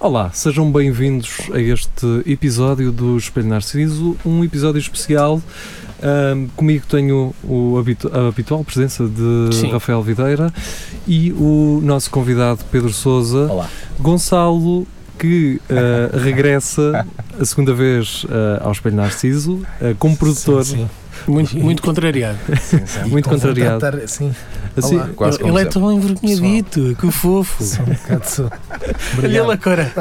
Olá, sejam bem-vindos a este episódio do Espelho Narciso, um episódio especial. Ahm, comigo tenho o habitu- a habitual presença de Sim. Rafael Videira e o nosso convidado Pedro Souza. Olá. Gonçalo, que ah, regressa a segunda vez ah, ao Espelho Narciso, ah, como produtor. Sim, Muito, muito contrariado. sim, sim. Muito Com contrariado. tanta- Sim, Assim, Olá. Quase ele como é sempre. tão envergonhadito, que fofo. sou um bocado sou. Olha ele Obrigado. agora.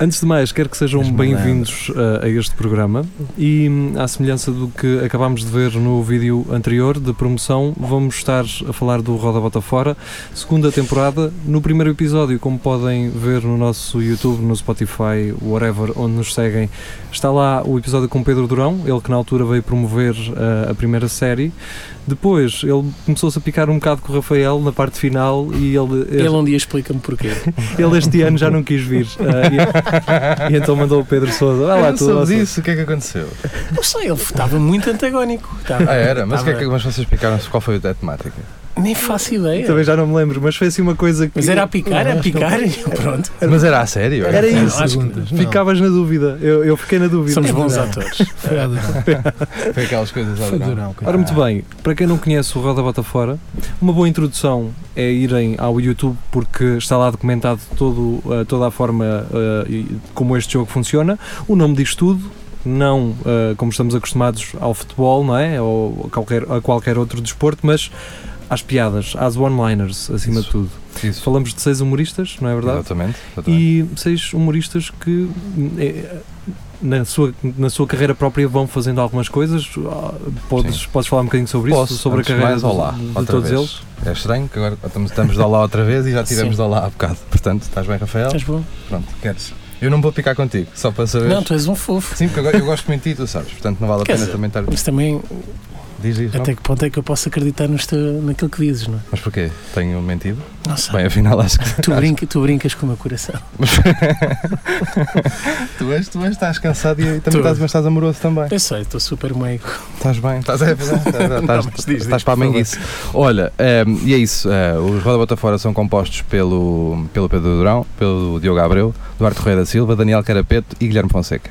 Antes de mais, quero que sejam Mesmo bem-vindos uh, a este programa e, hum, à semelhança do que acabámos de ver no vídeo anterior de promoção, vamos estar a falar do Roda Bota Fora, segunda temporada, no primeiro episódio, como podem ver no nosso YouTube, no Spotify, whatever, onde nos seguem, está lá o episódio com Pedro Durão, ele que na altura veio promover uh, a primeira série. Depois, ele começou-se a picar um bocado com o Rafael na parte final e Ele um dia explica-me porquê. ele este ano já não quis vir. Ah, e, e então mandou o Pedro Souza. Vai lá, Eu tu. soube ó, Sousa." disso, o que é que aconteceu? Não sei, ele estava muito antagónico. Estava- Ah, era, mas, o que é que, estava- mas vocês explicaram-se qual foi a temática? Nem faço ideia. Também já não me lembro, mas foi assim uma coisa que. Mas era a picar, a picar e pronto. Mas era a sério? Era Não, isso. acho que- não. Ficavas na dúvida. Eu, eu fiquei na dúvida. É Somos bons Não. atores. Foi a Durão. Foi aquelas coisas Foi a ao Durão. Ora, muito bem, para quem não conhece o Roda Bota Fora, uma boa introdução é irem ao YouTube porque está lá documentado todo, ah, toda a forma ah, e como este jogo funciona. O nome diz tudo, não ah, como estamos acostumados ao futebol, não é? Ou a qualquer, a qualquer outro desporto, mas às piadas, às one-liners, acima Isso. de tudo. Isso. Falamos de seis humoristas, não é verdade? Exatamente. exatamente. E seis humoristas que eh, na sua, na sua carreira própria vão fazendo algumas coisas. Ah, Podes, podes falar um bocadinho sobre Posso, isso? Sobre antes a de carreira mais, de, olá, de outra todos vez. eles? É estranho que agora estamos, estamos de lá outra vez e já tivemos Sim. de lá há bocado. Portanto, estás bem, Rafael? Estás bom? Pronto, queres? Eu não vou picar contigo, só para saber. Não, tu és um fofo. Sim, porque agora eu gosto muito de ti, tu sabes. Portanto, não vale a Quer pena dizer- também estar. Mas também, Diz, diz, não? até que ponto é que eu posso acreditar nos teu- naquilo que dizes, não é? Mas porquê? Tenho mentido? Não sei. Bem, afinal acho que. Tu, brinca, tu brincas com o meu coração. tu és, tu és, estás cansado e também Tu. estás, mas estás amoroso também. Eu sei, estou super meigo. Estás bem, estás é verdade, estás- Não, estás- mas diz, diz, estás para a por favor. manguice. Olha, ehm, e é isso. eh, os Roda Bota Fora são compostos pelo, pelo Pedro Durão, pelo Diogo Abreu, Duarte Correia da Silva, Daniel Carapeto e Guilherme Fonseca.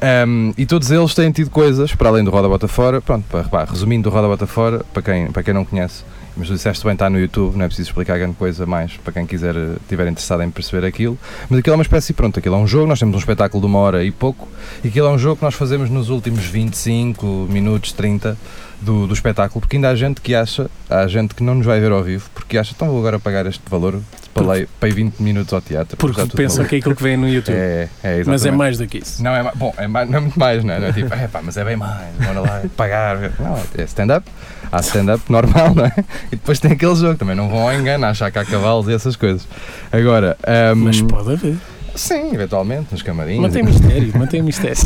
Ehm, e todos eles têm tido coisas para além do Roda Bota Fora. Pronto, pá, pá, resumindo, o Roda Bota Fora, para quem, para quem não conhece, mas tu disseste bem, está no YouTube, não é preciso explicar grande coisa mais para quem quiser, eh, estiver interessado em perceber aquilo. Mas aquilo é uma espécie, pronto, aquilo é um jogo, nós temos um espetáculo de uma hora e pouco, e aquilo é um jogo que nós fazemos nos últimos 25 minutos, 30 do, do espetáculo, porque ainda há gente que acha, há gente que não nos vai ver ao vivo, porque acha, então vou agora pagar este valor, palei, pei 20 minutos ao teatro. Porque está tudo pensam maluco." que é aquilo que vem no YouTube. É, é, exatamente. Mas é mais do que isso. Não é, ma- bom, é mais, não é muito mais, não é? Não é tipo, é pá, mas é bem mais, bora lá pagar. Não, é stand-up. Há stand-up normal, não é? E depois tem aquele jogo, também não vão ao engano, a achar que há cavalos e essas coisas. Agora, ahm, Mas pode haver. sim, eventualmente, nos camarins. Mantém mistério, mantém mistério.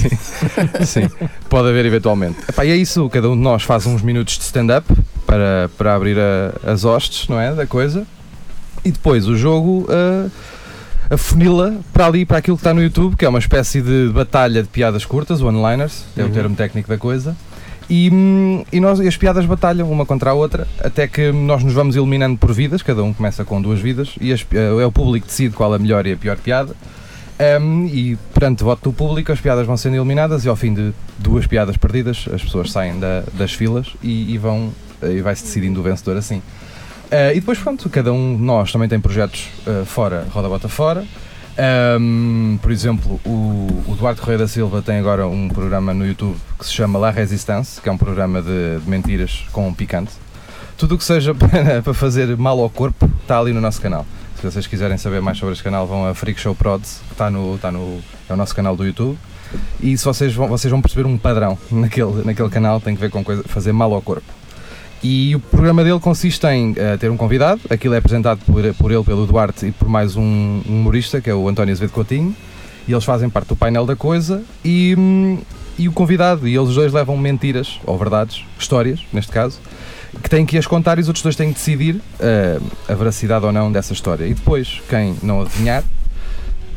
Sim, pode haver eventualmente. Epá, e é isso, cada um de nós faz uns minutos de stand-up para, para abrir a- as hostes, não é? Da coisa. E depois o jogo ah, afunila para ali, para aquilo que está no YouTube, que é uma espécie de batalha de piadas curtas, one-liners, é o Uhum. termo técnico da coisa. E, hum, e nós, e as piadas batalham uma contra a outra, até que nós nos vamos eliminando por vidas, cada um começa com duas vidas, e as- é o público que decide qual a melhor e a pior piada. Hum, e perante o voto do público, as piadas vão sendo eliminadas, e ao fim de duas piadas perdidas, as pessoas saem da- das filas e, e vão e vai-se decidindo o vencedor assim. Eh, e depois, pronto, cada um de nós também tem projetos eh, fora, roda bota fora. Ahm, por exemplo, o, o Duarte Correia da Silva tem agora um programa no YouTube que se chama La Resistance, que é um programa de, de mentiras com um picante. Tudo o que seja para, para fazer mal ao corpo está ali no nosso canal. Se vocês quiserem saber mais sobre este canal, vão a Freak Show Prods, que está no, está no, é o nosso canal do YouTube. E se vocês vão, vocês vão perceber um padrão naquele, naquele canal, tem que ver com coisa, fazer mal ao corpo. E o programa dele consiste em eh, ter um convidado, aquilo é apresentado por, por ele, pelo Duarte e por mais um humorista, que é o António Azevedo Coutinho, e eles fazem parte do painel da coisa, e, hum, e o convidado, e eles os dois levam mentiras, ou verdades, histórias, neste caso, que têm que as contar e os outros dois têm que decidir eh, a veracidade ou não dessa história. E depois, quem não adivinhar,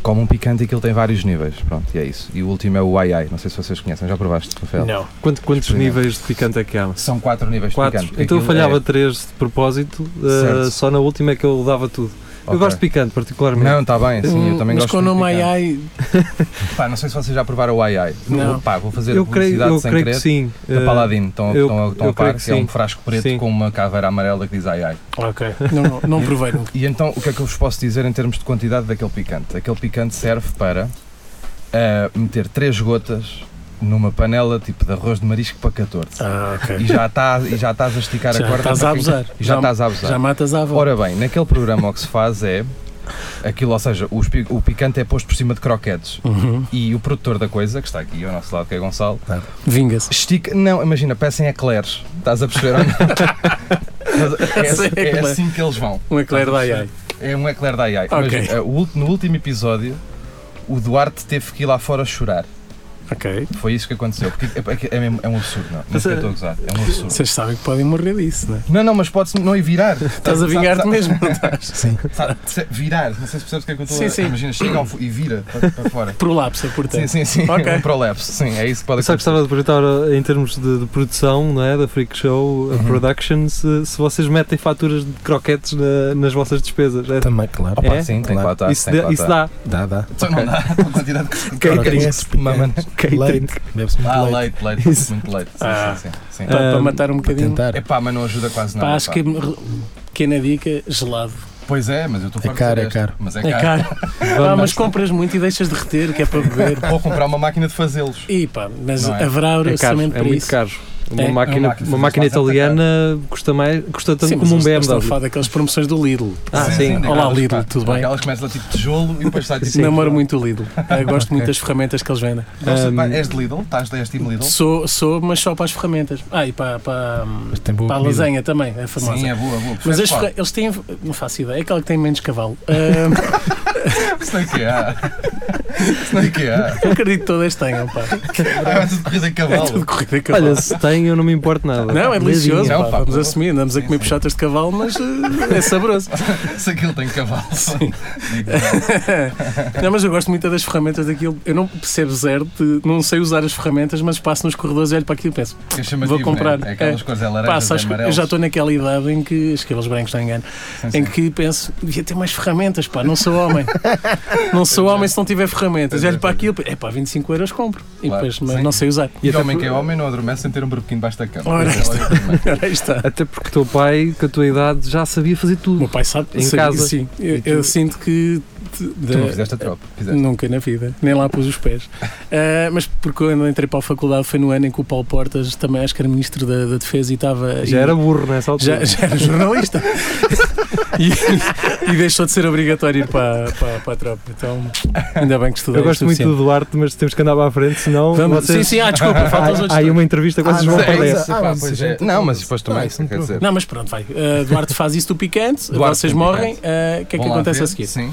come um picante e aquilo tem vários níveis, pronto, e é isso. E o último é o ai ai, não sei se vocês conhecem, já provaste, Rafael? Não. Quanto- quantos Experimenta. níveis de picante é que há? São quatro níveis Quatro. de picante. Então eu Aquilo falhava é- três de propósito, ah, um Certo. só na última é que eu dava tudo. Eu gosto de picante, particularmente. Não, está bem, sim, eu também Mas gosto com o de nome ai picante. ai, Pá, não sei se vocês já provaram o ai ai. Não. Vou, pá, vou fazer eu a creio, publicidade eu sem creio que querer. sim. Da Eh, Paladino, estão, eu- estão, estão eu a par, creio que que é sim. um frasco preto Sim. com uma caveira amarela que diz ai ai. ok, não, não provei nunca. E então, o que é que eu vos posso dizer em termos de quantidade daquele picante? Aquele picante serve para ah, meter 3 gotas numa panela tipo de arroz de marisco para 14. Ah, E ok. já, tá, e já estás a esticar a Já corda. estás a para quem- abusar. e Já estás a abusar. Já matas a avó. Ora bem, naquele programa o que se faz é. Aquilo, ou seja, os pi- o picante é posto por cima de croquetes. Uhum. E o produtor da coisa, que está aqui ao nosso lado, que é Gonçalo, Tá. Vinga-se. Estica, não, imagina, peçam eclairs. Estás a perceber? Sim, é, é eclair. assim que eles vão. Um eclair da ai ai. É um eclair da AI. Ok. no último episódio, o Duarte teve que ir lá fora chorar. Ok. Foi isso que aconteceu. Porque é, é, é mesmo- é um absurdo, não. Não Mas, sei eh, estou a gozar. É um absurdo. Vocês sabem que podem morrer disso, não é? Não, não, mas pode-se não ir virar. Estás a Sabe- vingar-te sabe- mesmo, não tá? estás? Sim. sabe- se- virar. Não sei se percebes o que é que eu estou Sim, a sim. Imagina, chega ao fu- e vira para, para fora. Prolapsa, Sim, portanto. sim, sim. Ok. Um prolapso. Sim, é isso que pode Eu só acontecer. gostava de perguntar ora, em termos de, de produção não é, da Freak Show Uhum. eh, Productions se, se vocês metem faturas de croquetes na- nas vossas despesas. É- Também, claro. Opa, É? sim, tem que lá estar. isso, tem que dá- lá isso estar. dá. Dá, dá. Só Então não dá a quantidade que Catering. Croquetes, Catering. picantes, É leite. Bebe-se muito Ah, leite. leite, leite, Isso. muito leite. Sim, Ah. sim, sim. sim. Para, para Ah, matar um Para bocadinho. tentar. Epá, mas não ajuda quase nada. Pá, acho pá. que é pequena dica, gelado. Pois é, mas eu estou É farto de caro, saber. é caro. Mas é É caro. caro. Pá, mas compras muito e deixas de reter, que é para beber. Ou Ah, comprar uma máquina de fazê-los. E pá, mas Oh. Não é? haverá É caro, orçamento é para muito isso. caro. Uma, É. máquina, Uma máquina uma máquina faz bastante italiana custa, mais, custa tanto Sim, mas como um eles- eles BMW. Estão a falar daquelas promoções do Lidl. Ah, sim. daquelas, Olá, Lidl, é pá, tudo bem? Aquelas que começam a tipo tijolo e depois sai tipo. Namoro muito o Lidl. Eu gosto muito das ferramentas que eles vendem. Gosta- Ahm. pá, És de Lidl? Estás de és time Lidl? Sou, sou, mas só para as ferramentas. Ah, e para, para, hum, Mas tem boa para a comida. lasanha também, é famosa. Sim, é boa, boa. Mas as Percebes, pá? ferra- eles têm. Não faço ideia, é aquela que tem menos cavalo. Ah, Isso não é que há. Isso não é que há. eu acredito que todas tenham, pá. Ah, é tudo corrida em É tudo cavalo. corrida a cavalo. Olha, se tem, eu não me importo nada. não, é delicioso, Não, pá, pá, vamos não. assumir, andamos a Sim, comer sim. puxatas de cavalo, mas ah, é saboroso. Se aquilo tem cavalo. Sim. Digo, não. Não, mas eu gosto muito das ferramentas daquilo. Eu não percebo zero, de- não sei usar as ferramentas, mas passo nos corredores e olho para aquilo e penso, Que é chamativo, Vou comprar. Né? É Aquelas É. cores é laranja, passa, acho que eu amarelas. já estou naquela idade em que, acho que cabelos brancos não engano, Sim, sim. em que penso, devia ter mais ferramentas, pá, não sou homem. não sou homem se não tiver ferramentas. E olho para aquilo, é pá, 25 euros compro. E Claro, depois, mas sim. não sei usar. E até homem por- que é homem não adormece sem ter um burbequim debaixo da cama. Ora, Olha esta- também. Aí está. Até porque o teu pai, com a tua idade, já sabia fazer O tudo. meu pai sabe, Em sei- casa. sim. Eu, E tu- eu sinto que. de- Tu não da- fizeste a tropa. Fizeste. Nunca na vida, nem lá pus os pés. Ah, mas porque quando entrei para a faculdade foi no ano em que o Paulo Portas, também acho que era ministro da, da Defesa e estava. Já e- era um burro nessa altura. já, já era jornalista. e, e deixou de ser obrigatório ir para, para, para a tropa. Então, ainda bem que estudei. eu gosto o muito é suficiente. do Duarte, mas temos que andar para a frente, senão Vamos, vocês... Sim, sim, ah, desculpa, faltam os Há- outros. Há aí dois. uma entrevista que Ah, vocês não, vão é perder. isso. Epá, Ah, mas pois isso é. já- Não, mas depois também, Não, isso não quer não. dizer. Não, mas pronto, vai. Ah, Duarte faz isso do picante, Duarte vocês com morrem. picante. ah, O que é que Vão lá acontece ver, a seguir? Sim.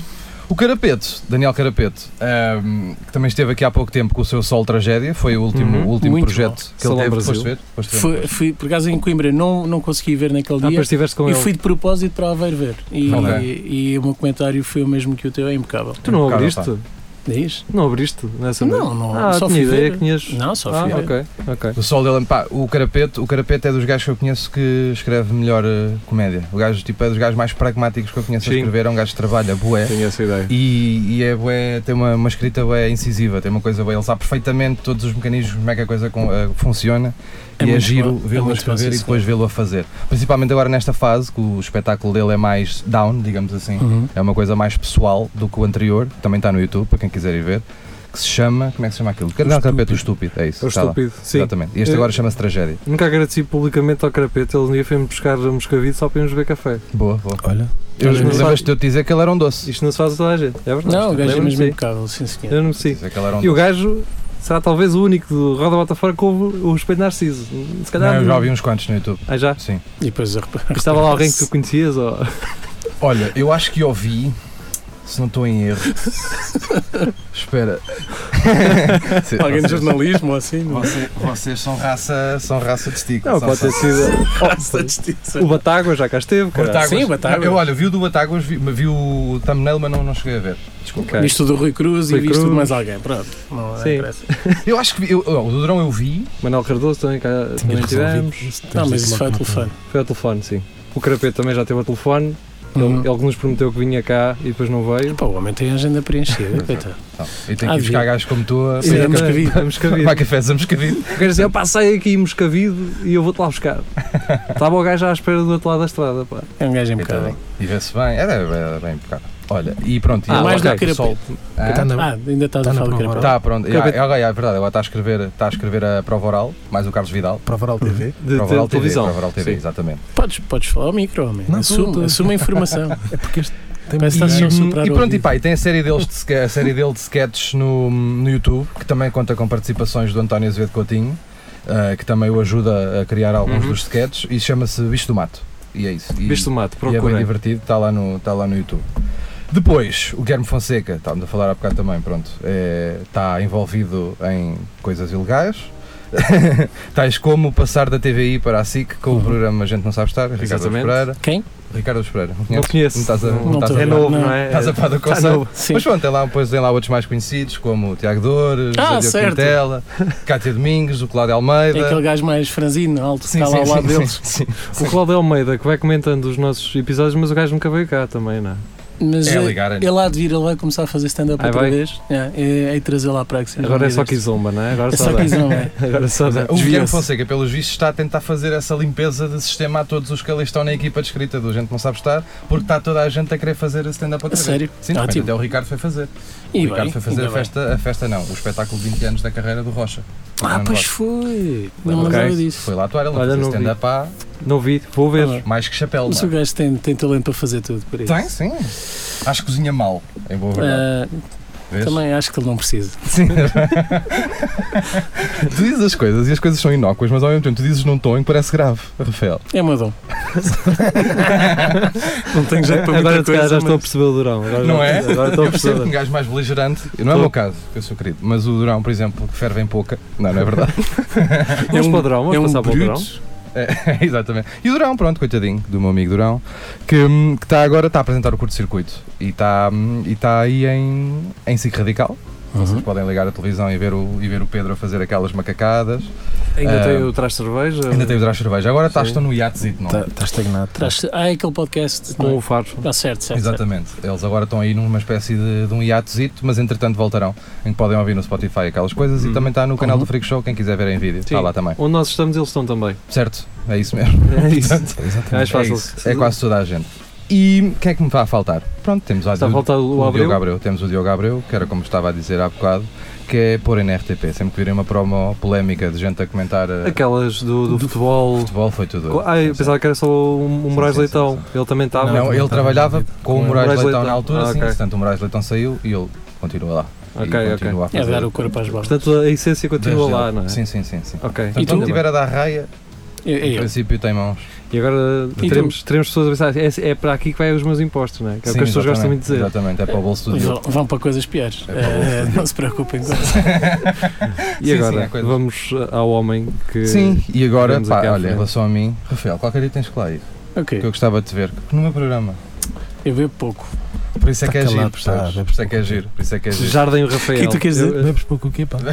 O Carapeto, Daniel Carapeto, ahm, que também esteve aqui há pouco tempo com o seu Sol Tragédia, foi o último, Uhum. o último Muito projeto que ele Salão teve. Brasil. Foste ver? Foste ver? Fui, fui, por acaso em Coimbra não, não consegui ver naquele Ah, dia. pois estiveste com é- E ele. fui de propósito para Aveiro ver. E, Ok. e, o meu comentário foi o mesmo que o teu, é impecável. Tu não Impecável, abriste? Diz? Não abriste nessa é? noite? Não, não. Ah, só tinha fui ideia ver. que tinhas... Não, só Ah, fui ver. ok, ok. O Sol dele, pá, o Carapeto, o Carapeto é dos gajos que eu conheço que escreve melhor eh, comédia. O gajo, tipo, é dos gajos mais pragmáticos que eu conheço a Sim. escrever, é um gajo que trabalha, bué. Tenho essa ideia. E, e é bué, tem uma, uma escrita bué incisiva, tem uma coisa bué, ele sabe perfeitamente todos os mecanismos, como é que a coisa com- eh, funciona É e é muito giro bom, é vê-lo muito a bom, escrever sim, e depois vê-lo a fazer. Principalmente agora nesta fase, que o espetáculo dele é mais down, digamos assim, Uhum. é uma coisa mais pessoal do que o anterior, que também está no YouTube, para quem quiser ir ver, que se chama, como é que se chama aquilo? Carnal Carpeto, o Estúpido, é isso, É o está lá. estúpido, sim. É. Exatamente. Este Eu- agora chama-se Tragédia. Nunca agradeci publicamente ao Carapete, ele um dia foi-me buscar um moscavide só para irmos beber café. Boa, boa. Olha, Eu Olha, mas- lembras-te de eu te dizer que ele era um doce. Isto não se faz a toda a gente, é verdade. Não, o gajo é Lembro-me, mesmo sim. impecável, sim senhor. Eu não me sei. Dizer que ele era um E o doce. gajo será talvez o único do Roda Bota Fora que houve o espelho Narciso. Se calhar. Não, eu já ouvi um. uns quantos no YouTube. Ah, já? Sim. E depois eu reparo. Estava lá alguém que tu conhecias? Ou... Olha, eu acho que ouvi, se não estou em erro. Espera. Se- Alguém de vocês- jornalismo ou assim? não? Você- vocês são raça, são raça de estica. Não, são- pode ter são- sido. Raça de justiça. O Batágua já cá esteve, cara. Batáguas. Sim, Batáguas. Eu, olha, vi o do Batáguas, vi, vi o thumbnail, mas não, não cheguei a ver. Desculpa. Ok. Visto do Rui Cruz Rui e visto de Cruz. mais alguém. Pronto, não Sim. interessa. Eu acho que vi, eu- eu- o do Drão eu vi. Manuel Cardoso também cá também resolvido. tivemos. Isso tens Não, de mas isso colocar foi ao no telefone. Foi ao telefone, sim. O Carapete também já teve ao telefone. Uhum. Ele, ele que nos prometeu que vinha cá e depois não veio. Pá, o homem tem a agenda preenchida, coitado. Ah, Não, E tem Então, que ir buscar gajos como tu a Sim, Sim, é a Moscavide. Moscavide. A Moscavide. para cafés a Moscavide. O gajo dizia, pá, sai aqui Moscavido e eu vou-te lá buscar. Estava o gajo à espera do outro lado da estrada, pá. É um gajo E tá bem. impecável. E vê-se bem, era, era bem impecável. Olha, e pronto, e Ah, ele- mais ok, do que era sol. Ah, Tá na- Ah, ainda estás Tá a na falar do que prova era Está pronto, e, ah, Capit- olha, é verdade, agora está a, escrever, está a escrever a prova oral, mais o Carlos Vidal. Prova Oral TV. De, prova de oral televisão. TV, prova oral TV Sim. exatamente. Podes, podes falar ao micro, homem. Não, assume, tudo. assume a informação. É porque este tem Parece que muito- está só a superar Uhum. E o pronto, e ouvido. pá, e tem a série, deles de, ske- a série dele de sketches no, no YouTube, que também conta com participações do António Azevedo Coutinho, ah, que também o ajuda a criar alguns Uhum. dos sketches, e chama-se Bicho do Mato. E é isso. E, Viste o mato, e é bem procura. divertido, está lá, no, está lá no YouTube. Depois, o Guilherme Fonseca, estávamos a falar há bocado também, pronto, é, está envolvido em coisas ilegais, tais como passar da TVI para a SIC com o programa A Gente Não Sabe Estar, Ricardo Araújo Exatamente. Pereira. Uhum. Quem? Ricardo Araújo Pereira, não não conheces? conheço. Não estás a- não Não estás tô- a- é novo, não. não, é? Estás a par do Tá conceito? novo. Sim. Mas pronto, tem lá, depois tem lá outros mais conhecidos, como o Tiago Dores, Ah, o Diogo certo. Quintela, Cátia Domingues, o Cláudio É Almeida. aquele gajo mais franzino, é? alto, que está lá ao lado sim, deles. sim, O Cláudio Almeida, que vai comentando os nossos episódios, mas o gajo nunca veio cá também, não é? Mas É eh, ligar. ele há de vir, ele vai começar a fazer stand-up Aí outra vai. vez. É, é, é trazer lá para a Axis. Agora é só Kizomba, não é? Agora É só dá. quizão, é. Agora só dá. O Guilherme Desvia-se. Fonseca, pelos vistos, está a tentar fazer essa limpeza de sistema a todos os que ali estão na equipa de escrita do Gente Não Sabe Estar, porque está toda a gente a querer fazer a stand-up outra A vez. sério? Sim, de repente Ótimo. até o Ricardo foi fazer. E o Ricardo bem, foi fazer ainda a bem. festa, a festa não, o espetáculo de 20 anos da carreira do Rocha. Ah, Não, pois não foi. Não me Ok. lembrava disso. Foi lá atuar, ele Olha, fazia não vi. stand-up há Não vi, vou ver. Ah, mais que chapéu. Mas não o é? gajo tem, tem talento para fazer tudo, por isso. Tem, sim. Acho que cozinha mal, em boa verdade. Ah, Vês? também acho que ele não precisa. Sim. tu dizes as coisas e as coisas são inócuas, mas ao mesmo tempo tu dizes num tom em que parece grave, Rafael. É o meu dom. não tenho jeito é para muita Agora se calhar, coisa, já estou a mas- perceber o Durão. Agora Não já- é? Agora estou a Eu percebo que um perceber. gajo mais beligerante, e não é o meu caso, que eu sou querido, mas o Durão, por exemplo, que ferve em pouca, não, não é verdade? Vamos para o Durão, vamos é um passar para o Durão. bruto. É, exatamente. E o Durão, pronto, coitadinho, do meu amigo Durão, que hum, que está agora, está a apresentar o curto-circuito e está hum, e está aí em, em SIC Radical. Hum? Uhum. Vocês podem ligar a televisão e ver, o, e ver o Pedro a fazer aquelas macacadas. Ainda Ah, tem o Traz Cerveja Ainda tem o Durão Cerveja. Agora está, Sim. estão no iatezito, não é? Está tá estagnado. Traz- Ah, é aquele podcast. com não o é? Faro. Ah, certo, tá. certo. certo. Exatamente. Eles agora estão aí numa espécie de, de um hiatozito, mas entretanto voltarão, em que podem ouvir no Spotify aquelas coisas Hum. e também está no canal Uhum. do Freak Show, quem quiser ver em vídeo, está Sim. lá também. Onde nós estamos, eles estão também. Certo? É isso mesmo. É isso. Portanto, É mais Exatamente. fácil. é, isso. É quase toda a gente. E o que é que me está a faltar? Pronto, temos Está a o, faltar o o Diogo Abreu. Abreu, temos o Diogo Abreu, que era como estava a dizer há bocado, que é porem na RTP. Sempre que virem uma promo polémica de gente a comentar eh, Aquelas do, do futebol. futebol, foi tudo. Ah, eu pensava que era só o, o Moraes Sim, sim, sim, Leitão. Ele também estava. Não, ele trabalhava com o Moraes Leitão, na altura, Ah, sim, ok. portanto o Moraes Leitão saiu e ele continua lá. E ok, ok. continua a É fazer dar o corpo às balas. Portanto, a essência continua Desde lá, ele. não é? Sim, sim, sim. sim. Ok. Então, Portanto, tu? quando estiver a dar raia, É- é em eu. princípio tem mãos. E agora Então- E teremos, teremos pessoas a pensar, é, é para aqui que vai os meus impostos, não é? Que é o Sim, que as pessoas gostam muito de dizer. Exatamente, é para o bolso do Diogo. Vão, vão para coisas piores. É para Eh, não se preocupem com isso. E Sim, sim, agora há coisas. vamos ao homem que. Sim, e agora, Vamos pá, aqui à olha, em frente. relação a mim, Rafael, qualquer dia tens que lá ir, que eu Ok, gostava de te ver no meu programa. eu bebo pouco. Por isso é Tá que é calado, giro, tá, percebes? deve Por isso é que é giro, por isso é que é giro. Jardim O Rafael. que é que tu queres dizer? Eu, Bebes pouco o quê, pá? eu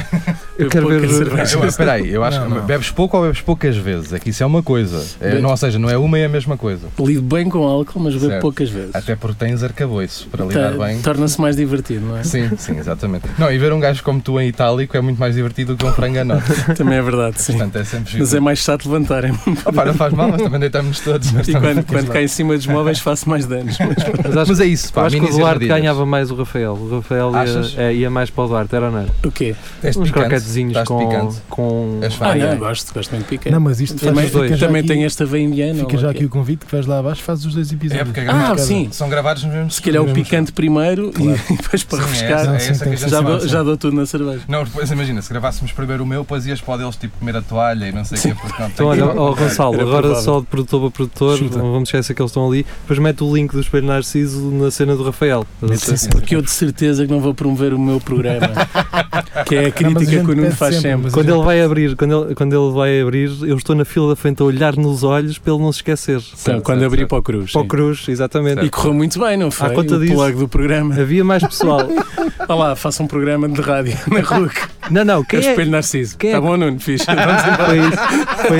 Eu quero pouco quero ver. cerveja. Eu- Espera aí, eu acho Não, não. que bebes pouco ou bebes poucas vezes? É que isso é uma coisa. É, Bebe- não, ou seja, não é uma e a mesma coisa. Lido bem com álcool, mas bebo Certo. poucas vezes. Até porque tens arcabouço para Tá- lidar bem. Torna-se mais divertido, não é? Sim, sim, exatamente. Não, e ver um gajo como tu em itálico é muito mais divertido do que um franganote. Também é verdade, sim. Portanto, é sempre giro. Mas é mais chato levantarem. Opa, não faz mal, mas também deitamos todos. Mas, E também- quando, quando cai em cima dos móveis faço mais danos. Mas Mas acho, Mas é isso, eu pá, acho que o minis e Duarte armadilhas. ganhava mais o Rafael. O Rafael Achas? ia, é, ia mais para o Duarte, era não era? o quê? És Uns picante, croquetezinhos estás com. picante. com... És Ah, Ai, não, ai. gosto, gosto muito de piquete. Não, mas isto também faz, os dois. fica já também aqui- tem esta veia indiana. Fica já ou o quê? aqui o convite que vais lá abaixo, fazes os dois episódios. É porque Ah, hagamos- sim. São gravados nos mesmos. Se calhar o Sim, picante primeiro e depois para Sim, é refrescar. essa- é essa que a gente já, fala, dou, sim. já dou tudo na cerveja. Não, depois imagina, se gravássemos primeiro o meu, depois ias para o deles tipo comer a toalha e não sei o quê. porque não tem- Então, olha, ó, Gonçalo, Tá Era agora provável. só de produtor para produtor, Chuta. não vamos esquecer que eles estão ali. Depois mete o link do Espelho Narciso na cena do Rafael. Mete-se assim. um. Porque eu de certeza que não vou promover o meu programa. que é a Não, mas a crítica gente que o Nuno pede faz sempre. mas a Quando gente- ele vai abrir, quando ele, quando ele vai abrir, eu estou na fila da frente a olhar nos olhos para ele não se esquecer. Então, quando abri para o Cruz. Para o sim. Cruz, exatamente. E correu muito bem, não foi? À conta o disso. plug do programa. Havia mais pessoal. Olha lá, faça um programa de rádio na rua. Não, não, Que é quem o é, espelho narciso. quem é- Tá bom, Nuno? Fixe. Foi, isso.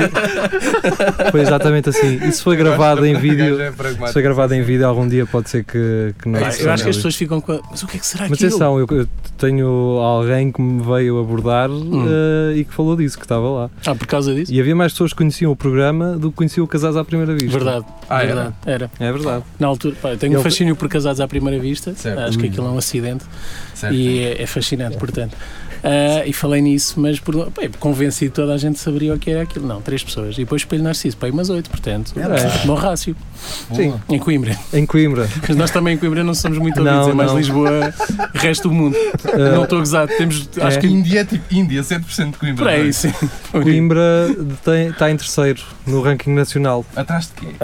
Foi- foi exatamente assim. Isso foi gravado em vídeo. é Se foi gravado em vídeo, algum dia pode ser que, que não É Ah, isso, eu acho que as não. pessoas ficam com. a- Mas o que é que será Mas aquilo? atenção, eu, eu tenho alguém que me veio abordar Hum. eh, e que falou disso, que estava lá. Ah, por causa disso? E havia mais pessoas que conheciam o programa do que conheciam o Casais à Primeira Vista. Verdade, Ah, era? verdade. Era. É verdade. Na altura, pá, eu tenho Ele- um fascínio por casados à primeira vista. Certo. Acho que Hum. aquilo é um acidente Certo. e é, é fascinante, portanto. Ah, e falei nisso, mas por, pá, convencido toda a gente saberia o que era aquilo. Não, três pessoas. E depois espelho Narciso, pai, umas oito, portanto. Era. Bom rácio. Sim. Em Coimbra. Em Coimbra. Mas nós também em Coimbra não somos muito Não, ouvidos, é mais não. Lisboa, resto do mundo. Eh, Não estou a gozar, temos, É. acho que. Índia é tipo Índia, 100% de Coimbra. Por não é? aí, sim. Coimbra tem- está em terceiro no ranking nacional, Atrás de quê?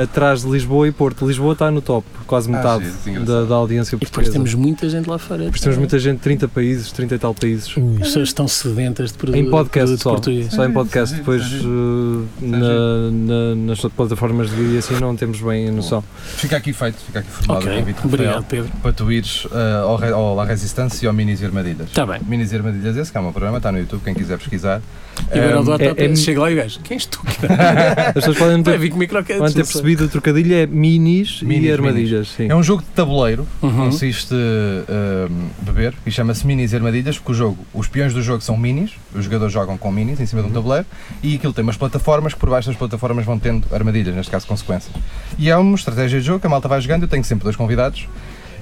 atrás de Lisboa e Porto. Lisboa está no top, quase Ah, metade Jesus, engraçado. da, da audiência E depois portuguesa. temos muita gente lá fora. Depois temos muita gente, 30 países, 30 e tal países. Ui. As pessoas estão sedentas de produto, Em podcast produto só. português. Só em podcast. Sim, sim, Depois sim. eh, na- na- nas plataformas de vídeo e assim não temos bem a noção. Fica aqui feito, fica aqui formado o Ok, convite. obrigado, Rafael, Pedro. Para tu ires ah, ao, Re- ao La Resistência e ao Minis e Armadilhas. Está Tá bem. Minis e Armadilhas, esse que é o meu programa, está no YouTube, quem quiser pesquisar. E agora Ah, o Dota é- aparece. é- chega lá e o gajo, quem és tu? As pessoas podem não Pá, ter, vi que micro que é podem ter desse, percebido o trocadilho, é minis, Minis, e armadilhas. Sim. é um jogo de tabuleiro, não sei. Uhum. consiste ahm, beber e chama-se Minis e Armadilhas, porque o jogo, os peões do jogo são minis, os jogadores jogam com minis em cima Uhum. de um tabuleiro e aquilo tem umas plataformas que por baixo das plataformas vão tendo armadilhas, neste caso consequências. E é uma estratégia de jogo que a malta vai jogando, eu tenho sempre dois convidados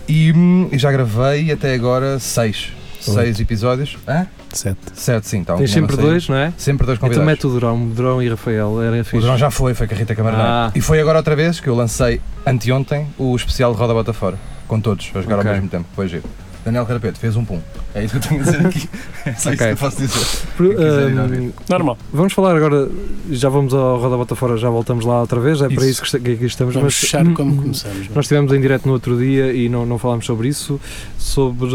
e, hum, e já gravei até agora seis. Seis episódios. Hã? Sete. Sete, sim, tá, Tens ainda não sempre saiu. dois, não é? Sempre dois Então convidados. mete o Durão, Durão e Rafael, era O fixe. drone já foi, foi com a Rita Camarneiro. Ah. E foi agora outra vez que eu lancei anteontem o especial de Roda Bota Fora, com todos, a jogar Ok. ao mesmo tempo. Foi giro. Daniel Carapeto fez um pum. É isso que eu tenho a dizer aqui. É só isso Ok. que eu posso dizer. Pro- quem quiser ir hum, ouvir. Normal. vamos falar agora, já vamos ao Roda Bota Fora, já voltamos lá outra vez, é para Isso. isso que esta- que aqui estamos. Vamos mas- Hum. hum, fechar como começamos. é? Nós estivemos em direto no outro dia e não, não falámos sobre isso, sobre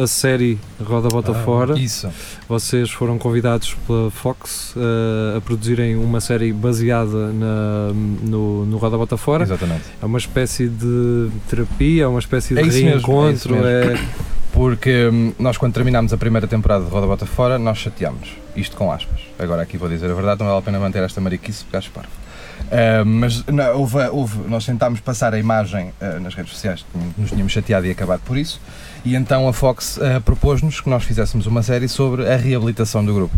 a série Roda Bota Ah, Fora. Isso. Vocês foram convidados pela Fox eh, a produzirem uma série baseada na- no, no Roda Bota Fora. Exatamente. É uma espécie de terapia, é uma espécie de É isso mesmo, é isso reencontro. mesmo. é- Porque hum, nós, quando terminámos a primeira temporada de Roda Bota Fora, nós chateámos. Isto com aspas. Agora aqui vou dizer a verdade, não vale a pena manter esta mariquice porque acho parvo. Ah, mas não, houve, houve- nós tentámos passar a imagem ah, nas redes sociais que nos tínhamos chateado e acabado por isso, e então a Fox ah, propôs-nos que nós fizéssemos uma série sobre a reabilitação do grupo.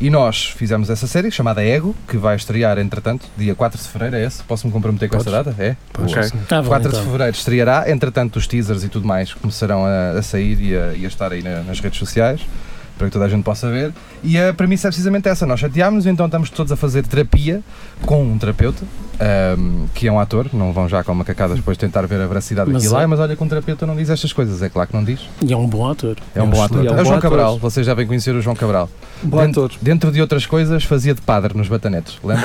E nós fizemos essa série chamada Ego, que vai estrear entretanto, dia 4 de fevereiro. É esse? Posso-me comprometer com esta data? É? Ok. Está bom, 4 então. de Fevereiro estreará, entretanto os teasers e tudo mais começarão a, a sair e a, e a estar aí na- nas redes sociais para que toda a gente possa ver e a premissa é precisamente essa, nós chateámos então estamos todos a fazer terapia com um terapeuta ahm, que é um ator não vão já com uma cacada depois tentar ver a veracidade Mas daquilo, é- "Ai, mas olha que um terapeuta não diz estas coisas, é claro que não diz E é um bom ator. é um bom ator, excelente- é é um o bom João ator. Cabral, vocês já vêm conhecer o João Cabral Bom dentro, ator. dentro de outras coisas fazia de padre nos batanetes, lembra?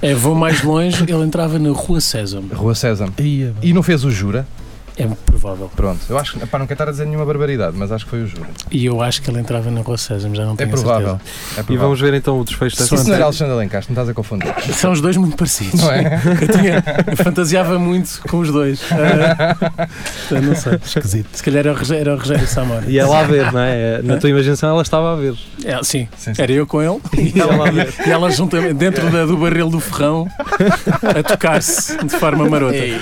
É, vou mais longe, ele entrava na Rua Sésamo. Rua Sésamo Ia, e não fez o Jura, É provável. pronto, eu acho que, para não quero estar a dizer nenhuma barbaridade, mas acho que foi o Jura E eu acho que ele entrava na Rua Sésamo, já não É tenho a provável. É E provável. vamos ver então o desfecho Sim, desta Isso não série. era Alexandre Alencastro, não estás a confundir. certeza. São os dois muito parecidos. Não é? Eu, tinha- eu fantasiava muito com os dois. Ah, portanto, não sei. esquisito. Se calhar era o Rogério, era o Rogério Samora. E ela a ver, não é? Na tua imaginação ela estava a ver. É, sim, Sim, era eu com ele E ela a ver. e ela juntamente dentro da- do barril do ferrão a tocar-se de forma marota. é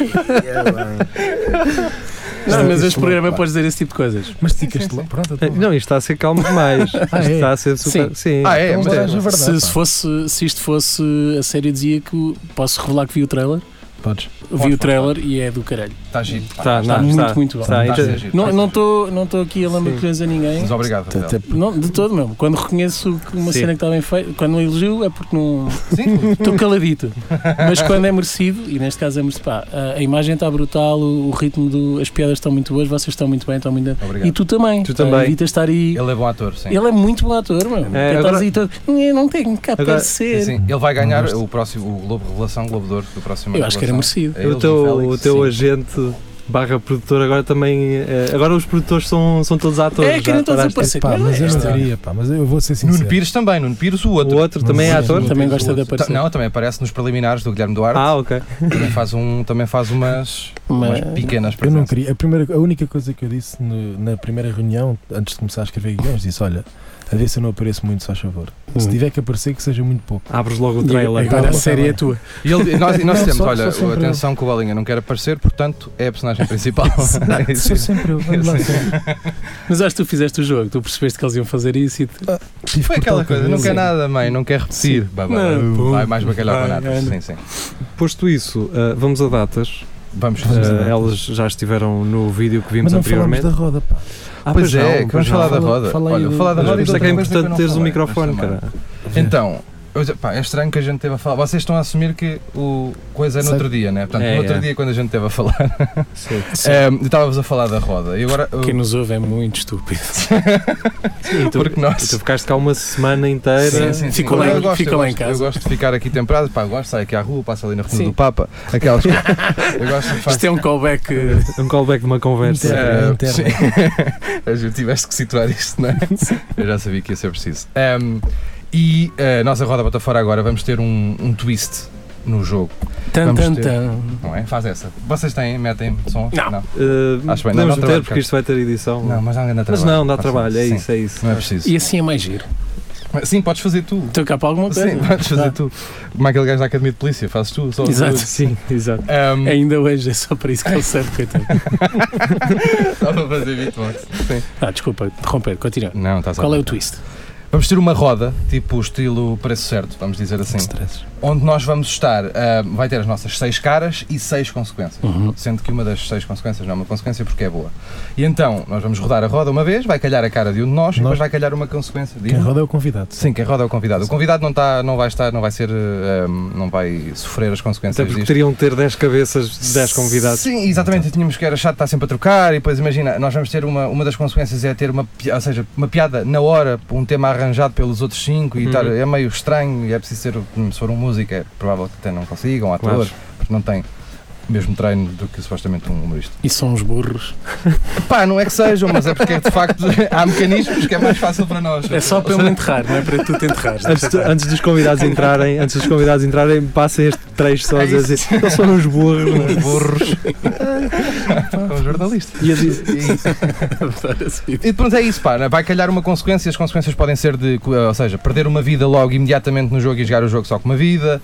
Não, mas este programa podes dizer esse tipo de coisas. Mas ficas-te lá. Pronto, então eu tô Eh, lá. Não, isto está a ser calmo demais. Isto Ah, é? está a ser super. Sim. Ah, é, Então, mas mas é é. verdade. Se, se pá. fosse, se isto fosse a série, dizia que o- posso revelar que vi o trailer. Podes. vi Pode, o trailer e é do caralho. Está Tá giro. pá. Está, Está não, muito, está. muito bom. Está, Está a ser inter- giro. tá, então, Não estou não tô Tá, aqui a lambacrões a ninguém. Mas obrigado. Até- Rafael. até- Não, de todo mesmo. Quando reconheço que uma Sim. cena que está bem feita, quando não elogio é porque não. Sim, Estou caladito. Mas quando é merecido, e neste caso é merecido, pá, a- a imagem está brutal, o, o ritmo, do, as piadas estão muito boas, vocês estão muito bem, estão muito. tá. E obrigado. tu também. Tu pá, também. Evita estar aí. Ele é bom ator, sim. Ele é muito bom ator, meu. É, É, agora- aí todo. "Eu Não tenho cá Agora- para Sim, ser. sim. Ele vai ganhar Gosto. o próximo o Globo Revelação, Globo de Ouro do próximo Eu acho que era Revelação. merecido. É O ele, teu, Félix, o teu sim. agente barra produtor agora também. eh, agora os produtores são, são todos atores. É, que já nem todos reparaste? aparecem. Pá, Mas mas eu esta- não diria, pá, mas eu vou ser Nuno sincero. Pires também, Nuno Pires, o O outro. outro também é Sim. ator? Também gosta de aparecer. Não, também aparece nos preliminares do Guilherme Duarte. Ah, ok. Também faz, um, também faz umas, umas Ah. Mas, pequenas Eu não presenças. queria. A, primeira, a única coisa que eu disse no- na primeira reunião, antes de começar a escrever guiões, disse: Olha, a ver se eu não apareço muito, se faz favor. Se Hum. tiver que aparecer, que seja muito pouco. Abres logo o E é trailer. Agora Tá a bom, série tá é tua. E ele, nós nós Não, dissemos, só- olha, só sempre atenção que o Bolinha não quer aparecer, portanto é a personagem principal. É Sou sempre eu. vamos lá, sempre. Mas acho que tu fizeste o jogo, tu percebeste que eles iam fazer isso e tu... Tive Foi por aquela tal coisa, não cabeça. quer nada, mãe, não quer repetir. Bah, bah, bah. Não, pum. Vai mais bacalhau com Vai, natas. anda. Sim, sim. Posto isso, ah, vamos a datas. Vamos eh, Ah, Vamos a datas. elas já estiveram no vídeo que Mas vimos não falámos anteriormente. da roda, pá. Ah, Pois é, que vamos falar da Fala- roda. fala aí Olha, do- falar da Mas roda Por e de isso é que outra é coisa eu importante não teres o falei, microfone, mas também. cara. Então, eu- pá, é estranho que a gente esteve a falar. Vocês estão a assumir que o coisa é no Sabe- outro dia, né? Portanto, É, no outro é. dia, quando a gente esteve a falar, Sim. eh, estávamos a falar da roda. E agora. eu- Quem nos ouve é muito estúpido. Sim, e tu, Porque nós- e tu ficaste cá uma semana inteira. Sim, sim, sim. Ficou Eu lá em- gosto, ficou eu lá em gosto- casa. Eu gosto de ficar aqui temperado, pá, eu gosto, saio aqui à rua, passo ali na rua Sim. do Papa, aquelas coisas. Eu gosto de Isto fazer. é um callback. eh, Um callback de uma conversa. Interno, Eh, interno. sim. Eu já tiveste que situar isto, não é? Eu já sabia que ia ser preciso. Ehm, e eh, nós, a roda bota fora agora, vamos ter um, um twist no jogo, Tan, Vamos tan, ter. tan. não é? Faz essa. Vocês têm, metem som? Não. Ah, Acho bem, não, podemos dá meter, trabalho, porque cara. isto vai ter edição. Não, mas não ainda Mas trabalho. não, dá Faz trabalho, é sim. isso, é isso. Não é preciso. E assim é mais giro. Sim, podes fazer tu. Estou cá para alguma coisa. Sim, podes fazer tu. Como é aquele gajo da Academia de Polícia, fazes tu. Só Exato. Tu. Sim, exato. Ehm, Ainda hoje é só para isso que ele serve, coitado. Estava a fazer beatbox. Ah, desculpa, interromper, continua. Não, tá estás a Qual é ver. o twist? Vamos ter uma roda, tipo estilo preço certo, vamos dizer assim, Stress. onde nós vamos estar, ah, vai ter as nossas seis caras e seis consequências. Uhum. Sendo que uma das seis consequências não é uma consequência porque é boa. E então, nós vamos rodar a roda uma vez, vai calhar a cara de um de nós e Nós- depois vai calhar uma consequência. Diz? Quem roda é o convidado. Sim, quem roda é o convidado. O convidado não, tá, não vai estar, não vai ser, ah, não vai sofrer as Até consequências porque disto. teriam de ter 10 cabeças, 10 convidados. Sim, exatamente. Tínhamos que era chato estar sempre a trocar e depois imagina, nós vamos ter uma, uma das consequências é ter uma, pi- ou seja, uma piada na hora, um tema arranjado pelos outros cinco e Uhum. tal, é meio estranho e é preciso ser, hum, se for um músico é provável que até não consiga, um ator, Claro. porque não tem o mesmo treino do que supostamente um humorista. E são os burros. Pá, não é que sejam, mas é porque de facto há mecanismos que é mais fácil para nós. É só para eu me enterrar, não é para tu te enterrares. Antes, de- antes dos convidados entrarem, antes dos convidados entrarem, passem este trecho só a É isso. dizer assim, eles foram os burros. não é?" Os burros. Os jornalistas. E eu disse, Adoro esse vídeo. E pronto, é isso, pá. né? Vai calhar uma consequência. As consequências podem ser de, co- ou seja, perder uma vida logo imediatamente no jogo e jogar o jogo só com uma vida.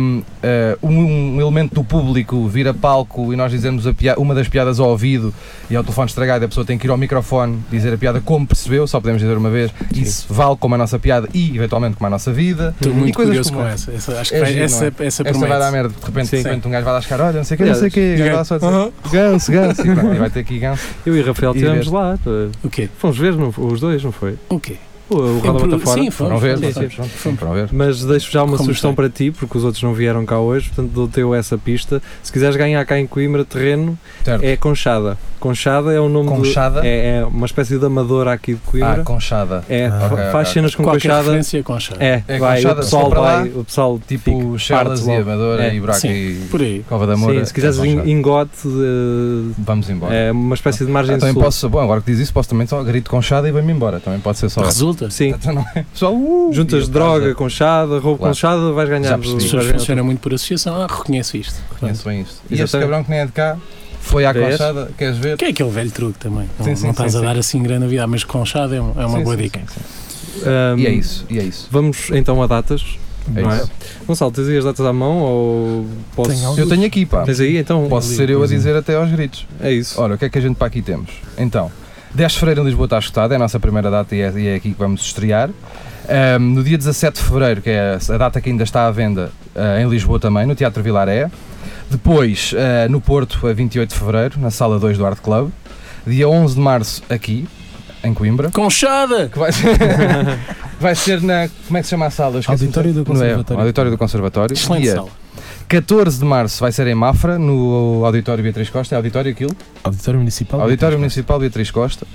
Um, eh, um, um elemento do público vir a palco e nós dizermos a pia- uma das piadas ao ouvido e ao telefone estragado. e A pessoa tem que ir ao microfone dizer a piada como percebeu, só podemos dizer uma vez. Isso vale como a nossa piada e eventualmente como a nossa vida. Estou E muito coisas curioso como com essa. Essa, acho que É vai- giro, essa, não essa Esta vai dar promete. merda, de repente, de Sim. repente um gajo vai lá chegar, olha, não sei o que, não sei o que, E o vai gajo- só dizer, ganso, ganso, e pronto, e vai ter aqui ganso. eu e Rafael E estivemos ver. lá. eh, O quê? Fomos ver não- os dois, não foi? O quê? O, o Roda Bota Em pro- Fora. Sim, foram. Foram ver, sim, não sim. sei, pronto, foram ver. Mas deixo já uma Como sugestão sei. para ti, porque os outros não vieram cá hoje, portanto dou-te essa pista. Se quiseres ganhar cá em Coimbra terreno, Certo. é Conchada. Conchada é o nome Conchada? de, é, é uma espécie de amadora aqui de Ah, Coimbra. conchada. é, Ah, fa- ok, ok. faz cenas com Qualquer Conchada. referência com chá. É, É vai, Conchada, o pessoal só para lá, vai, o pessoal fica- Tipo Charlas e logo. Amadora É. e Buraco Sim. e Por aí. Cova da Moura. Sim, se quiseres é in- Conchada. ingote, eh, Vamos embora. Ah, é uma espécie de margem Também sul. Então posso, bom, agora que diz isso, posso também só grito conchada e vai-me embora. Também pode ser só. Ah. Resulta. Sim, Então não é? Só uh, e juntas eu droga, quase conchada, roubo Claro. conchada, vais ganhar. Já do- percebi. As vais pessoas ganhar do- funcionam muito por associação. Ah, reconheço isto. Conheço bem isto. E este Exatamente. cabrão que nem é de cá foi à É este? conchada, queres ver? Que é aquele velho truque também. Não, Sim, sim, não estás sim, a sim. dar assim grande vida, mas com chá é, um- é uma Sim, boa sim, dica. sim, sim. Ahm, E é isso, e é isso. Vamos então a datas. É Um, Não é? isso. Gonçalo, tens aí as datas à mão ou posso. Tenho algumas. Eu tenho aqui, pá. Tens aí, então. Posso ser eu a dizer até aos gritos. É isso. Ora, o que é que a gente para aqui temos? Então, 10 de fevereiro em Lisboa está escutada, é a nossa primeira data e é, e é aqui que vamos estrear. Ahm, no dia 17 de fevereiro, que é a data que ainda está à venda ah, em Lisboa também, no Teatro Vilaré. Depois, ah, no Porto, a 28 de fevereiro, na Sala 2 do Art Club. Dia 11 de março, aqui, em Coimbra. Conchada! Que vai ser, vai ser na. Como é que se chama a sala? Eu esqueci-me Auditório do tanto. Não é? Conservatório. Auditório do Conservatório. Excelente Dia sala. 14 de março vai ser em Mafra, no Auditório Beatriz Costa. É auditório aquilo? Auditório Municipal. Auditório Municipal Beatriz Costa.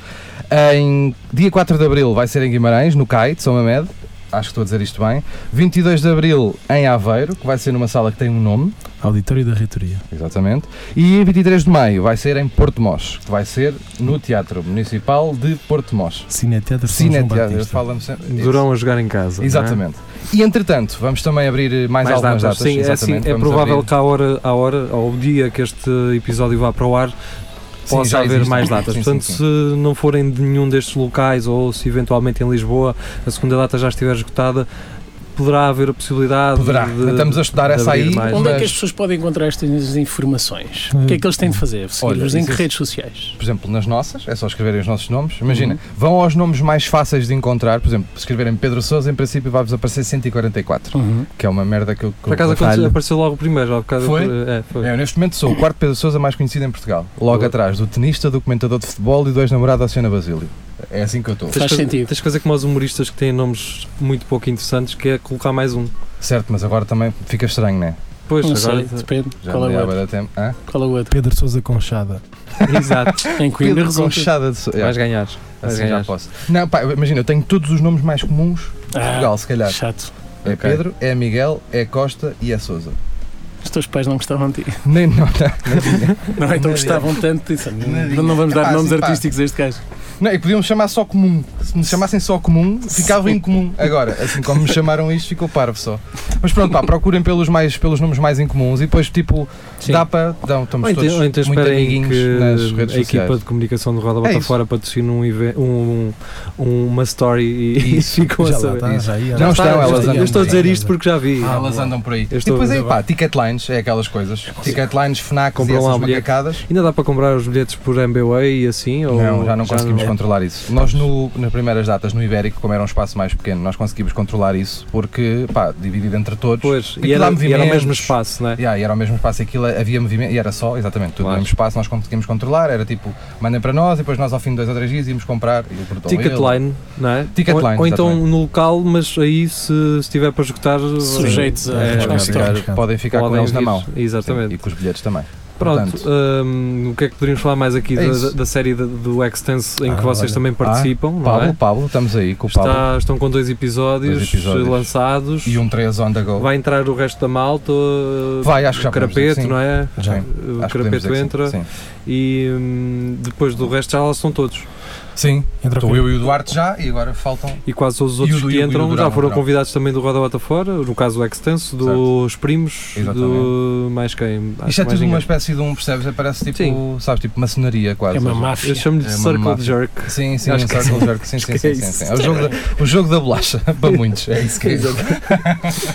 Em dia 4 de Abril vai ser em Guimarães, no CAI de São Mamed. acho que estou a dizer isto bem. 22 de Abril em Aveiro, que vai ser numa sala que tem um nome, Auditório da Reitoria. exatamente. E 23 de Maio vai ser em Porto Mós, que vai ser no Teatro Municipal de Porto Mós. Cineteatro São João Cineteatro, Batista. falamos sempre. Durão a jogar em casa. não é? Exatamente. E entretanto, vamos também abrir mais, Mais algumas datas. datas. Sim, é, assim, exatamente, é vamos provável abrir. que à hora, à hora, ao dia que este episódio vá para o ar, Sim, possa já haver existem. mais datas. Sim, sim, Portanto, sim. se não forem de nenhum destes locais ou se eventualmente em Lisboa a segunda data já estiver esgotada, poderá haver a possibilidade. Poderá. de- Estamos a estudar de essa abrir aí. mais. Onde é que mas- as pessoas podem encontrar estas informações? O que é que eles têm de fazer? Seguir-nos Olha, em isso que é- redes sociais? por exemplo, nas nossas, é só escreverem os nossos nomes. Imagina, Uhum. vão aos nomes mais fáceis de encontrar, por exemplo, se escreverem Pedro Sousa, em princípio vai-vos aparecer 144, que é uma merda que eu. que Por eu acaso aconteceu- falho. apareceu logo o primeiro. há bocado- Foi? É, foi. É, eu neste momento sou o quarto Pedro Sousa mais conhecido em Portugal, logo Boa. atrás do tenista, do comentador de futebol e do ex-namorado da Oceana Basílio. É assim que eu estou. Tens Faz que- sentido. Tens que fazer como os humoristas que têm nomes muito pouco interessantes, que é colocar mais um. Certo, mas agora também fica estranho, né? Pois, Não agora. sei, depende. Já Qual andei é, há o outro? bué de tempo. Hã? Qual é o outro? Pedro Sousa Conchada. Exato. Em Coimbra Pedro resulta. Conchada de Sousa. Vais ganhar. Vais Assim já ganhar. posso. Não, pá, imagina, eu tenho todos os nomes mais comuns de Ah, Portugal, se calhar. Chato. É Ok. Pedro, é Miguel, é Costa e é Sousa. Os teus pais não gostavam de ti. Nem, não, Não, então Nadinha. gostavam tanto disso. Nadinha. Não, não vamos Epá, dar nomes assim, pá. artísticos a este gajo. Não, e podiam chamar só comum. Se me chamassem só comum, ficava incomum. Agora, assim como me chamaram isto, ficou parvo só. Mas pronto, pá, procurem pelos, mais, pelos nomes mais incomuns e depois, tipo, Sim. dá para. Dão, estamos Ou então, todos ou então muito esperem amiguinhos nas que redes a equipa sociais. de comunicação do Roda É Bota isso. Fora patrocine um, even- um- um- uma story e, e Isso, ficam a já saber. lá está, já aí. Não já estão, eu elas estou- andam Eu estou a por dizer aí. isto porque já vi. Ah, Elas boa. andam por aí. Eu E estou depois a aí, ver pá, ticket lines, é aquelas coisas. Ticket lines, FNAC e Compram lá essas um bilhete. macacadas. Ainda dá para comprar os bilhetes por MBWay e assim? Ou Não, já não conseguimos não- controlar isso. Nós, no- nas primeiras datas, no Ibérico, como era um espaço mais pequeno, nós conseguimos controlar isso porque, pá, dividido entre todos. Pois, Aquilo e era, há e era o mesmo movimentos. espaço, não é? Yeah, e era o mesmo espaço, aquilo havia movimento, e era só, exatamente, tudo Claro. no mesmo espaço, nós conseguimos controlar, era tipo, mandem para nós, e depois nós ao fim de dois ou três dias íamos comprar, e o produtor ele- Ticketline, não é? Ticket ou, line, ou então exatamente. no local, mas aí se estiver para esgotar. Sujeitos a- é, a Podem Acho que ficar, está. podem ficar com podem eles na vir. mão. Exatamente. E com os bilhetes também. Pronto, Portanto, hum, o que é que poderíamos falar mais aqui É da, isso. da série de- do Extense em que Ah, vocês olha. também participam, não Pablo, é? Pablo, estamos aí com o Pablo. Está- estão com dois episódios, Dois episódios. lançados. E um 3 on the go. Vai entrar o resto da malta. Vai, acho que já o Carapeto, não é? Já. Sim, O Carapeto entra. Sim, E hum, depois do resto já lá são todos. sim. Entra estou o eu e o Duarte já, e agora faltam. E quase todos os E outros o do- que e o do entram já Durão, foram Durão. convidados também do Roda Bota Fora, no caso do Extenso, dos primos, do Exatamente. mais quem? Acho Isto é que mais tudo uma ninguém. espécie de um, percebes? Parece tipo, Sim. sabes, tipo maçonaria quase. É uma Ou seja, máfia. Eu chamo-lhe de É uma Circle máfia. Jerk. Sim, sim, Acho um que- Circle Jerk, sim, sim, que é sim, sim, isso. sim. É o jogo, da, o jogo da bolacha, para muitos, é isso que é.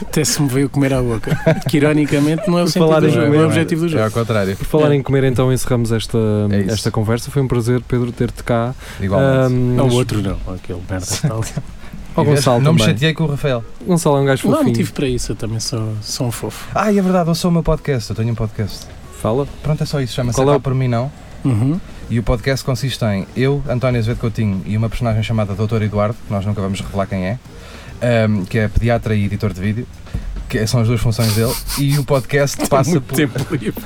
Até se me veio comer à boca. Que ironicamente não é o Por sentido falar do em jogo, comer, não é o objetivo do É jogo. ao contrário, Por falar em comer, então encerramos esta, É isso. esta conversa. Foi um prazer, Pedro, ter-te cá. igualmente. Ahm, Não, É o um outro não, aquele merda. tal. ao E vês, Gonçalo não me também. chateei com o Rafael. Gonçalo é um gajo Não há fofinho. motivo para isso, eu também sou, sou um fofo. Ah, e é verdade, eu sou o meu podcast, eu tenho um podcast. Fala. Pronto, é só isso, chama-se Qual é Acá o- por mim não. Uhum. E o podcast consiste em eu, António Azevedo Coutinho e uma personagem chamada Doutor Eduardo, que nós nunca vamos revelar quem é, ahm, que é pediatra e editor de vídeo, que são as duas funções dele, e o podcast passa muito por... tempo livre.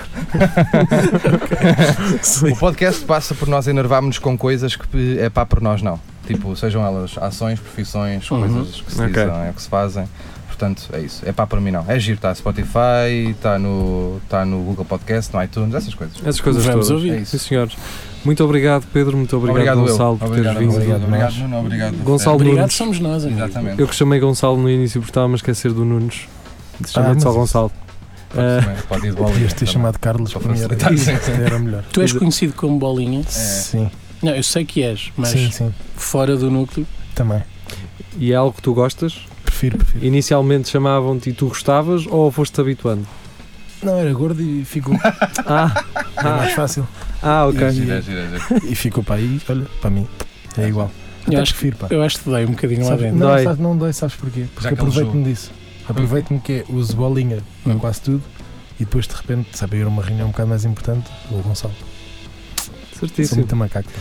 Sim. O podcast passa por nós enervarmos-nos com coisas que é pá por nós não. Tipo, sejam elas ações, profissões, Uhum. coisas que se Ok. dizem, é, que se fazem. Portanto, é isso. É pá por mim não. É giro, está no Spotify, está no, está no Google Podcast, no iTunes, essas coisas. Essas coisas Vamos todas. ouvir. É isso. Sim, senhor. Muito obrigado, Pedro. Muito obrigado, eu. Gonçalo, por teres obrigado, vindo. Obrigado, Obrigado, obrigado, Nuno, obrigado. Gonçalo Obrigado, Nunes. somos nós, É, amigo. Exatamente. Eu que chamei Gonçalo no início porque estava a esquecer do Nunes. Ah, Chamei-te mas só isso- Gonçalo. Ah, Pode, também, pode ir de bolinha Podias ter também. chamado Carlos Só para mim, era, facilitar, sim. É. era melhor. Tu és conhecido como Bolinha. Sim, Não, eu sei que és, mas sim, sim. fora do núcleo. Também. E é algo que tu gostas? Prefiro, prefiro. Inicialmente chamavam-te e tu gostavas ou foste-te habituando? Não, era gordo e ficou. É Ah, ah, mais fácil. ah, ok. Gira, gira, gira. E ficou para aí, olha, para mim. É igual. Até Eu acho, prefiro, pá. eu acho que dei um bocadinho lá Sabes- dentro. não, Dói. sabes- não dói, sabes porquê? Porque é Já um que ele aproveito-me disso. Aproveito-me que é, uso bolinha Hum. em quase tudo e depois de repente, sabe, eu ir a uma reunião um bocado mais importante, o Gonçalo. Sou é Certíssimo. muito macaco. pá.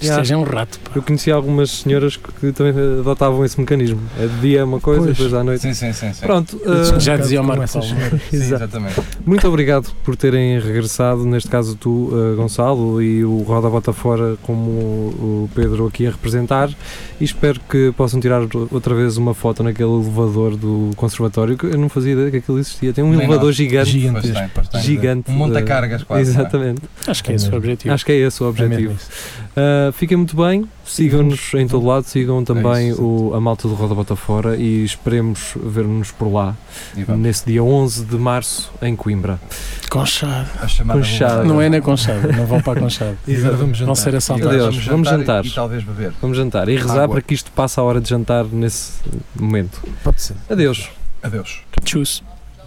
Yeah. Esteja um rato. Eu conheci algumas senhoras que também adotavam esse mecanismo. É de dia é uma coisa, Pois. depois à noite. Sim, sim, sim. sim. é Pronto, Já ah, dizia Tanto o como Marco essas Paulo. senhoras. Sim, exato. exatamente. Muito obrigado por terem regressado, neste caso tu, eh, Gonçalo, e o Roda Bota Fora, como o o Pedro aqui a representar, e espero que possam tirar outra vez uma foto naquele elevador do conservatório, que eu não fazia ideia que aquilo existia. Tem um Nem elevador nós. gigante. Pois Gigantesco. tem, pois tem. Gigante. eh, Um monta-cargas quase. Tipo, Exatamente. Acho que é esse o objetivo. Acho que é esse o É mesmo objetivo. isso. Ah, fiquem muito bem, sigam-nos em todo lado, sigam também É isso, o, a malta do Roda Bota Fora e esperemos ver-nos por lá, E vamos. nesse dia 11 de março, em Coimbra. Conchado. A chamada Conchado. voluntária. Não é na Conchada, não vão para a Conchada. E agora vamos Vão jantar. ser E agora Adeus, assaltados. vamos jantar. E, e talvez beber. Vamos jantar e rezar Água. para que isto passe a hora de jantar nesse momento. Pode ser. Adeus. Adeus. Tchus.